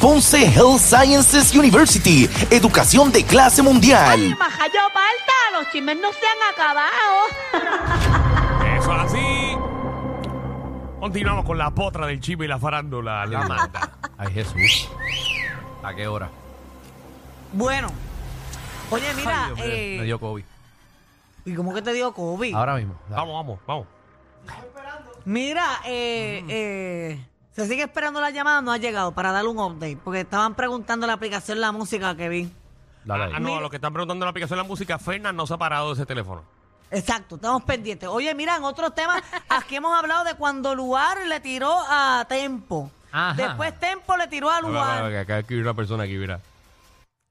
Ponce Health Sciences University, educación de clase mundial. Majayo Palta, los chismes no se han acabado. Eso es así. Continuamos con la potra del chisme y la farándula, la manda. Ay, Jesús. ¿A qué hora? bueno, oye, mira, Ay, Dios, me- eh, me dio Ah. COVID. ¿y cómo que te dio COVID? Ahora mismo. Vamos, vamos, vamos. Mira, eh, Mm. eh, se sigue esperando la llamada, no ha llegado para darle un update, porque estaban preguntando en la aplicación la música que vi. Dale ahí. Ah, no, a lo que están preguntando en la aplicación de la música, Fernan no se ha parado de ese teléfono. Exacto, estamos pendientes. Oye, mira, en otros temas, aquí hemos hablado de cuando Lugar le tiró a Tempo. Ajá. Después Tempo le tiró a A ver, a ver, a Lugar. ver, Acá escribe una persona aquí, mira.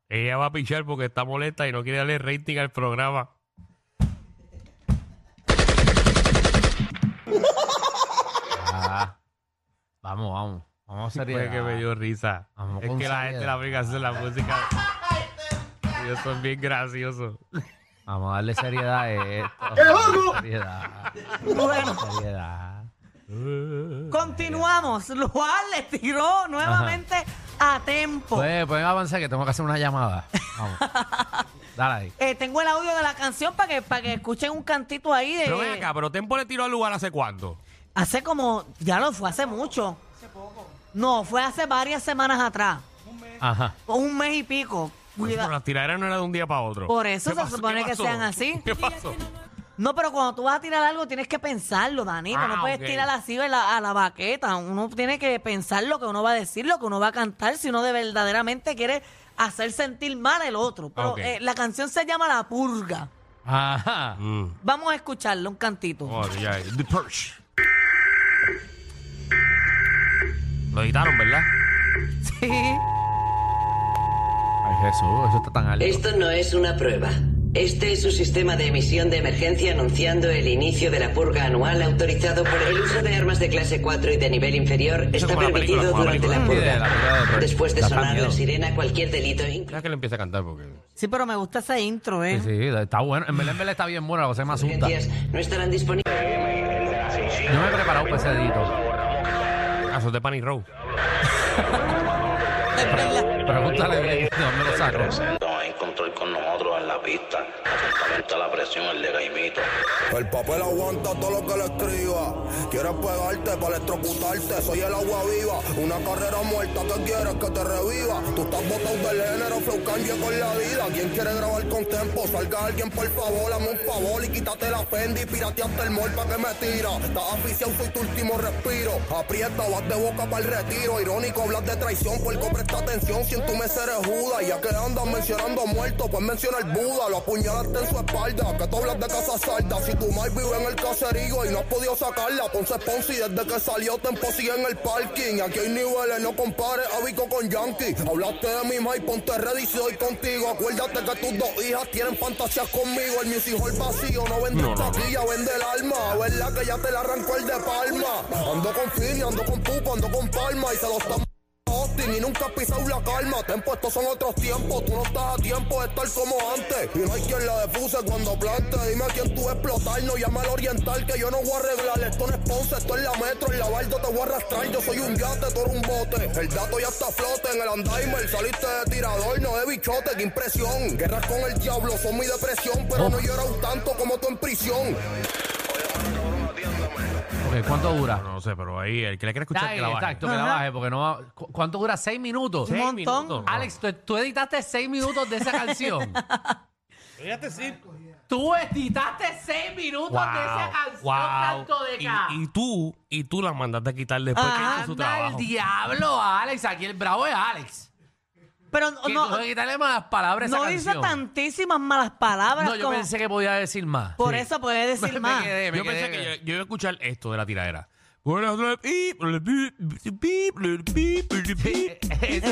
Ella va a pichar porque está molesta y no quiere darle rating al programa. Ah. Vamos, vamos. Vamos a Fue seriedad. Pues que me dio risa. Vamos es con que la gente de la seriedad. aplicación de la música. Ellos son bien graciosos. Vamos a darle seriedad a esto. ¡Qué seriedad. Bueno. seriedad. Continuamos. Lugar le tiró nuevamente a Tempo. Pueden, pueden avanzar Pues, que tengo que hacer una llamada. Vamos. Dale ahí. Eh, tengo el audio de la canción para que, para que escuchen un cantito ahí de. Pero ven acá, pero Tempo le tiró al lugar hace cuándo? Hace como, ya lo fue hace mucho. Hace poco. No, fue hace varias semanas atrás. Ajá. o Un mes y pico. Pues, Cuida- pero las tiraderas no era de un día para otro. Por eso ¿Qué se pasó? supone ¿Qué que pasó? sean así. ¿Qué pasó? No, pero cuando tú vas a tirar algo tienes que pensarlo, Danilo. Ah, no puedes ok. tirar así a la, a la baqueta. Uno tiene que pensar lo que uno va a decir, lo que uno va a cantar, si uno de verdaderamente quiere hacer sentir mal al otro. Pero Ok. eh, la canción se llama La Purga. Ajá. Mm. Vamos a escucharla, un cantito. Oh, ya, The Purge. Lo editaron, ¿verdad? Sí. Ay, Jesús, eso está tan alto. Esto no es una prueba. Este es un sistema de emisión de emergencia anunciando el inicio de la purga anual autorizado por el uso de armas de clase 4 y de nivel inferior. Eso Está como la película, permitido como la durante la película. Sí, de la película de purga. Detroit. Eh, Después de Da sonar miedo. la sirena, cualquier delito, incluso Deja que le empiece a cantar porque. Sí, pero me gusta ese intro, ¿eh? Sí, sí, está bueno. En Belén, en Belén está bien bueno, la cosa que me asusta. urgencias, no estarán disponibles. Yo me he preparado para ese edito. Ah, eso es de Panny Row. Es verdad. Pregúntale bien de dónde lo saco. Nos encontró con nosotros en la pista. Atentamente a la presión, el de Gaimito. El papel aguanta todo lo que le escriba. Quieres pegarte para electrocutarte, soy el agua viva. Una carrera muerta que quieres que te reviva. Tú estás botado del género, flow cambio con la vida. ¿Quién quiere grabar con tempo? Salga alguien por favor, hazme un favor y quítate la fendi y pirate hasta el mol pa' que me tira. Estás aficionado, soy tu último respiro. Aprieta, vas de boca para el retiro. Irónico, hablas de traición, porque presta atención. Si en tu mesa eres juda, y ya que andas mencionando muertos, pues menciona el Buda. Lo apuñalaste en su espalda, que tú hablas de casa salta. Si tu madre vive en el caserío y no has podido sacarla, Ponce Ponzi desde que salió Tempo sigue en el parking. Aquí hay niveles, no compares a Vico con Yankee. Hablaste de mi y ponte ready si doy contigo. Acuérdate que tus dos hijas tienen fantasías conmigo. El music hall vacío, no vende taquilla, vende el alma. ¿Verdad que ya te la arrancó el de palma? Ando con Fini, ando con Pupo, ando con Palma y se los estamos. Austin y nunca has pisado la calma. Tempo, estos son otros tiempos. Tú no estás a tiempo de estar como antes. Y no hay quien la defuse cuando plante. Dime a quién tú explotar. No llama al oriental que yo no voy a arreglar. Esto no es Ponce, esto es la metro. En la barda te voy a arrastrar. Yo soy un yate, tú eres un bote. El dato ya está a flote en el andaimer. Saliste de tirador, no de bichote. Qué impresión. Guerras con el diablo son mi depresión. Pero no he llorado tanto como tú en prisión. Ok, ¿cuánto dura? No sé, pero ahí, el que le quiere escuchar, Está que la baje. exacto, que la Ajá. baje, porque no va- ¿cu- ¿Cuánto dura? ¿Seis minutos? Seis montón. minutos. Alex, tú, tú editaste seis minutos de esa canción. Fíjate, sí. tú editaste seis minutos de esa canción, tanto de ca. y, y tú, y tú la mandaste a quitar después que hizo su Anda el trabajo. diablo, Alex. Aquí el bravo es Alex. Pero Que no, tú que quitarle malas palabras a no esa dice canción. tantísimas malas palabras. No, yo como- pensé que podía decir más. Por Sí. eso puede decir Me más. quedé, me Yo pensé que quedé. yo, yo iba a escuchar esto de la tiradera. Pero Eso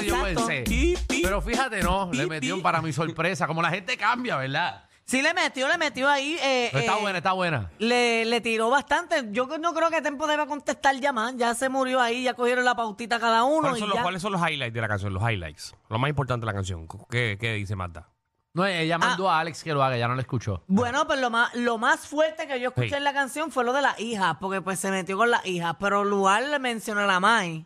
yo Exacto. pensé. Pero fíjate, no, le metió para mi sorpresa. Como la gente cambia, ¿verdad? Sí le metió, le metió ahí. eh, Pero está eh, buena, está buena. Le, le tiró bastante. Yo no creo que Tempo deba contestar ya más. Ya se murió ahí, ya cogieron la pautita cada uno. Y son los- ya. ¿Cuáles son los highlights de la canción? Los highlights. Lo más importante de la canción. ¿Qué, qué dice Marta? No, ella mandó Ah. a Alex que lo haga, ya no lo escuchó. Bueno, pues lo más, lo más fuerte que yo escuché Sí. en la canción fue lo de las hijas, porque pues se metió con las hijas. Pero Luar le mencionó a la Mai.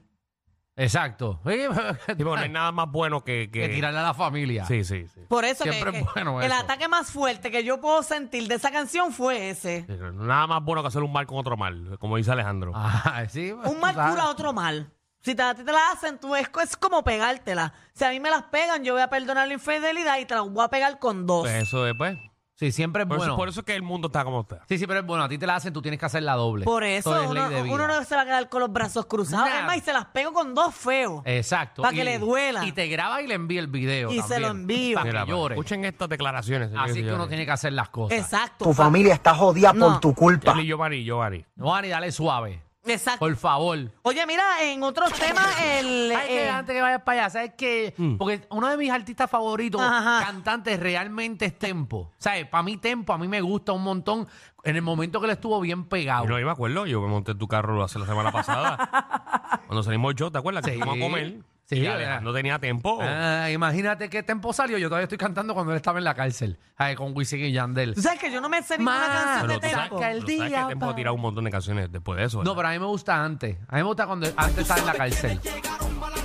Exacto. Oye, Tipo, no hay nada más bueno que. que- que tirarle a la familia. Sí, sí, sí. Por eso que- Siempre que es bueno el eso. ataque más fuerte que yo puedo sentir de esa canción fue ese. Nada más bueno que hacer un mal con otro mal, como dice Alejandro. Ah, sí, pues, Un mal tú sabes. cura otro mal. Si te, a ti te la hacen, tú es, es como pegártela. Si a mí me las pegan, yo voy a perdonar la infidelidad y te la voy a pegar con dos. Pues eso después. Sí, siempre es Por, bueno. eso, por eso es que el mundo está como está. Sí, sí, pero es bueno. A ti te la hacen, tú tienes que hacer la doble. Por eso Todo es uno, ley de vida. uno no se va a quedar con los brazos cruzados. Nah. Eh, Es más, y se las pego con dos feos. Exacto. Pa' que Y- le duela. Y te graba y le envía el video. Y se también, lo envío. Para Mira, que llore. Escuchen estas declaraciones. señores y Así que uno señores. tiene que hacer las cosas. Exacto. Tu familia está jodida No. por tu culpa. Él y Giovanni, Giovanni. Giovanni, dale suave. Exacto. Por favor. Oye, mira, en otros temas, el. Ay, que eh, antes que vayas para allá, ¿sabes qué? Porque uno de mis artistas favoritos, Ajá. cantantes, realmente es Tempo. ¿Sabes? Para mí, Tempo, a mí me gusta un montón. En el momento que le estuvo bien pegado. Y no, yo me acuerdo, yo me monté en tu carro hace la semana pasada. cuando salimos yo, ¿te acuerdas? Que Sí. fuimos a comer. Sí, y ¿verdad? Alejandro tenía tiempo. Ah, imagínate que Tempo salió. Yo todavía estoy cantando cuando él estaba en la cárcel. Ay, con Wisin y Yandel. Tú sabes que yo no me sé ninguna Ma, canción de pero tú sabes Tempo. que el Pero sabes día, que tiempo pa. ha tirado un montón de canciones después de eso. No, ¿verdad? pero a mí me gusta antes. A mí me gusta cuando antes estaba en la cárcel.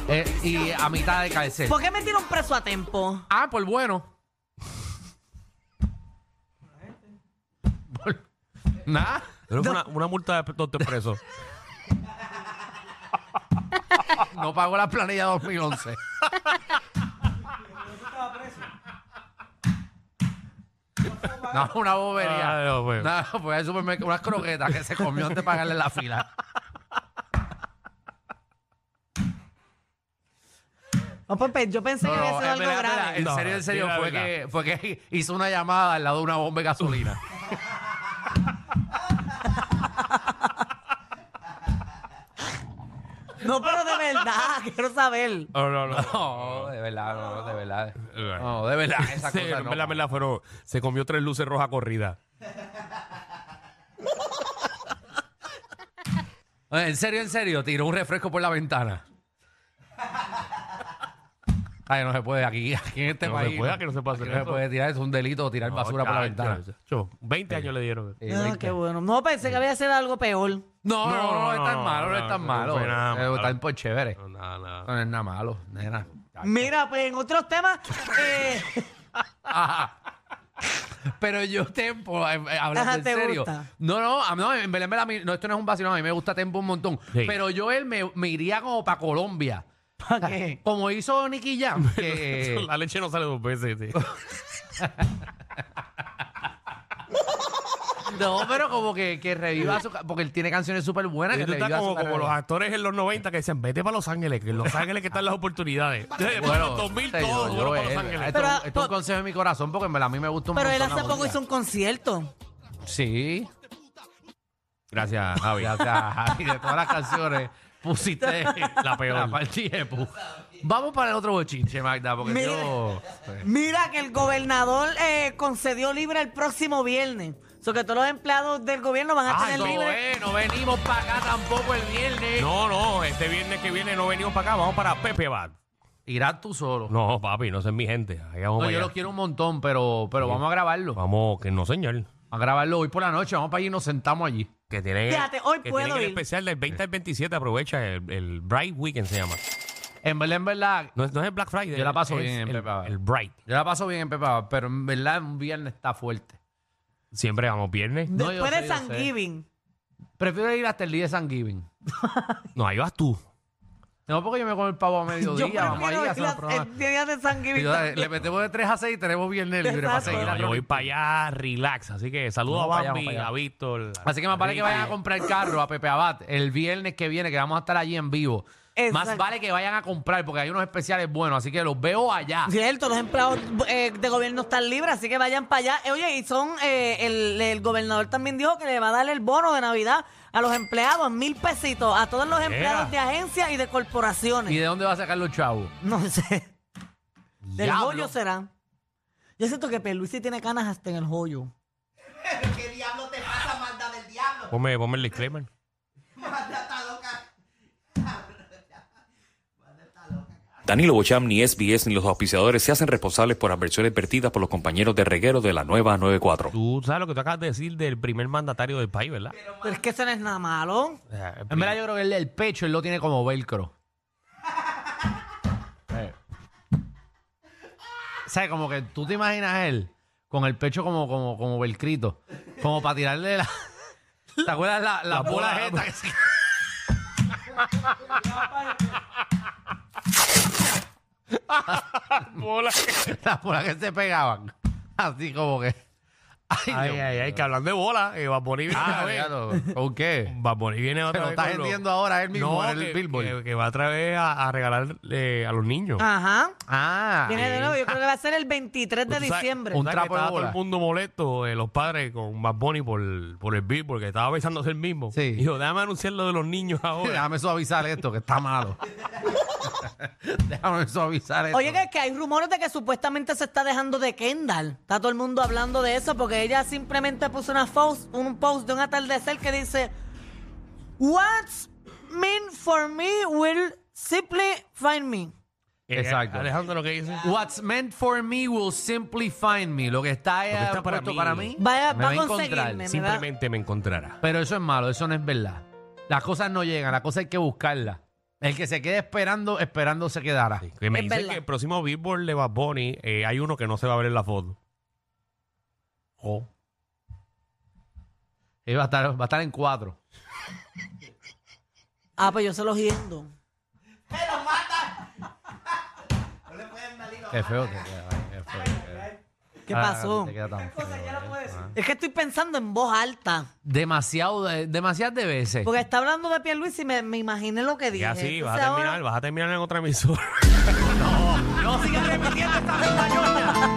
Eh, y a mitad de cárcel. ¿Por qué metieron preso a Tempo? Ah, por bueno. Por- Nada. Creo que fue una, una multa de dos presos. No pagó la planilla 2011. No, una bobería. Ay, Dios mío. no, fue al supermercado, unas croquetas que se comió antes de pagarle la fila. No, Pepe, yo pensé No, que había no, sido en, algo verdad, en grave. verdad, en No, serio, en serio, dile la fue que, fue que hizo una llamada al lado de una bomba de gasolina. No, pero de verdad, quiero saber. No, no, no. No, de verdad, no, de verdad. Eh. No, de verdad, esa Sí, cosa en no. verdad, en verdad, pero se comió tres luces rojas corridas. Eh, En serio, en serio, tiró un refresco por la ventana. Ay, no se puede aquí, aquí en este No se país. puede, que no se puede aquí hacer no se eso. puede tirar, es un delito tirar basura por la ventana. Yo, 20 años le dieron. Eh, Ah, 20. qué bueno. No, pensé que había sido algo peor. No, no, no, no, No, es tan no, malo, no, no, es tan no malo. fue nada Eh, malo. Está bien por chévere. No, nada, nada. No es nada malo, nena. Mira, pues en otros temas, eh, Ajá. Pero yo Tempo, eh, eh, hablando Ajá, en ¿te serio. gusta? No, no, a- no, en verdad, en verdad, a mí- no, esto no es un vacilón, a mí me gusta Tempo un montón. Sí. Pero yo él me, me iría como para Colombia. ¿para qué? Como hizo Nicky Jam. que- la leche no sale dos veces. sí. No, pero como que, que reviva su... ca- Porque él tiene canciones súper buenas. Y Que tú estás reviva su como, como carrera. los actores en los 90 que decían, vete para Los Ángeles, que en Los Ángeles que están las oportunidades. Bueno, para los 2000 señor, todos yo, fueron para eh, Los Ángeles. Esto, Pero, esto es por- un consejo de mi corazón porque en verdad a mí me gusta un Pero él montón hace la poco música. hizo un concierto. Sí. Gracias, Ah, Javi. Ya está, Javi, de todas las canciones pusiste La peor. La parte de pu- Vamos para el otro bochinche, Magda, porque Mira. yo... Mira que el gobernador eh, concedió libre el próximo viernes. O sea, que todos los empleados del gobierno van a Ah, tener no, libre. eh, no venimos para acá tampoco el viernes. No, no, este viernes que viene no venimos para acá, vamos para Pepe Bar. Irás tú solo. No, No, papi, no sé mi gente. Ahí vamos para yo allá. los quiero un montón, pero, pero vamos a grabarlo. Vamos, que no, señor. A grabarlo hoy por la noche. Vamos para allí y nos sentamos allí. Que tienen, Fíjate, hoy que puedo tienen el ir. especial del 20 al 27, aprovecha el, el Bright Weekend se llama. En verdad, en verdad, No es, no es el Black Friday. Yo la paso es bien en el, Pepe Bar. el Bright. Yo la paso bien en Pepa, pero en verdad un viernes está fuerte. Siempre vamos viernes. No, yo Después sé, de yo San sé. Giving. Prefiero ir hasta el día de San Giving. No, ahí vas tú. No, porque yo me como el pavo a Yo mediodía, vamos allí prefiero a ir hacer una las- prueba. el día de San Y Giving. yo, dale, Le metemos de 3 a 6 y tenemos viernes libre para Exacto. seguir. No, la yo voy crónica. para allá, relax. Así que saludo No, para a allá, Bambi, para allá. a Víctor. Así que más vale que vayan a comprar. comprar carro a Pepe Abad el viernes que viene, que vamos a estar allí en vivo. Exacto. Más vale que vayan a comprar porque hay unos especiales buenos, así que los veo allá. Cierto, los empleados eh, de gobierno están libres, así que vayan para allá. Eh, oye, y son, eh, el, el gobernador también dijo que le va a dar el bono de Navidad a los empleados, mil pesitos, a todos los empleados de agencias y de corporaciones. ¿Y de dónde va a sacar los chavos? No sé. Del Diablo. hoyo será. Yo siento que Peluisi tiene canas hasta en el hoyo. ¿Qué diablo te pasa, manda del diablo? Ponme, ponme el disclaimer. Manda está loca. Danilo Bocham, ni SBS, ni los auspiciadores se hacen responsables por adversiones vertidas por los compañeros de reguero de la nueva 94. Tú sabes lo que tú acabas de decir del primer mandatario del país, ¿verdad? Pero es que eso no es nada malo. O sea, el En prim- verdad yo creo que el, el pecho él lo tiene como velcro. ¿Sabes? Como que tú te imaginas a él con el pecho como, como, como velcrito. Como para tirarle la. ¿Te acuerdas la, la, bola bola. esta que se- Bola. las bolas que se pegaban? Así como que. Ay, Ay, Dios ay, ay, mío. que hablando de bola, eh, Bad Bunny viene Ah, otra vez. claro. ¿Con qué? Bad Bunny viene otra Pero vez. estás con lo- vendiendo ahora él mismo No, en el que- Billboard. Que, que va otra vez a, a regalarle a los niños. Ajá. Ah. Viene de nuevo. Yo creo que va a ser el 23 Tú de sabes- diciembre. tú Un sabes trapo que de estaba todo bola. el mundo molesto, eh, los padres con Bad Bunny por, por el beat, porque estaba besándose el mismo. Sí. Dijo, déjame anunciar lo de los niños ahora. Déjame suavizar esto, que está malo. Déjame suavizar esto. Oye, que, que hay rumores de que supuestamente se está dejando de Kendall. Está todo el mundo hablando de eso porque ella simplemente puso una post, un post de un atardecer que dice: What's mean for me will simply find me. Eh, Exacto. Alejandro, lo que dice. What's meant for me will simply find me. Lo que está, que está para para, mí, mí. para mí Vaya- me va a a encontrar. conseguirme. Simplemente me encontrará. Pero eso es malo, eso no es verdad. Las cosas no llegan, las cosas hay que buscarlas. El que se quede esperando, esperando se quedará. Que me Es dice verdad. que el próximo Billboard de Bad Bunny eh, hay uno que no se va a ver en la foto. Oh. Él va a estar, va a estar en cuatro. Ah, pues yo se los yendo. Qué feo te queda, qué feo te queda. ¿Qué Ah, pasó? te queda tan feo, eh. Es que estoy pensando en voz alta. Demasiado, de- demasiadas de veces. Porque está hablando de Pierluisi y me, me imaginé lo que dije. Y así, vas Entonces a terminar, ahora- vas a terminar en otra emisora. No sigas repitiendo esta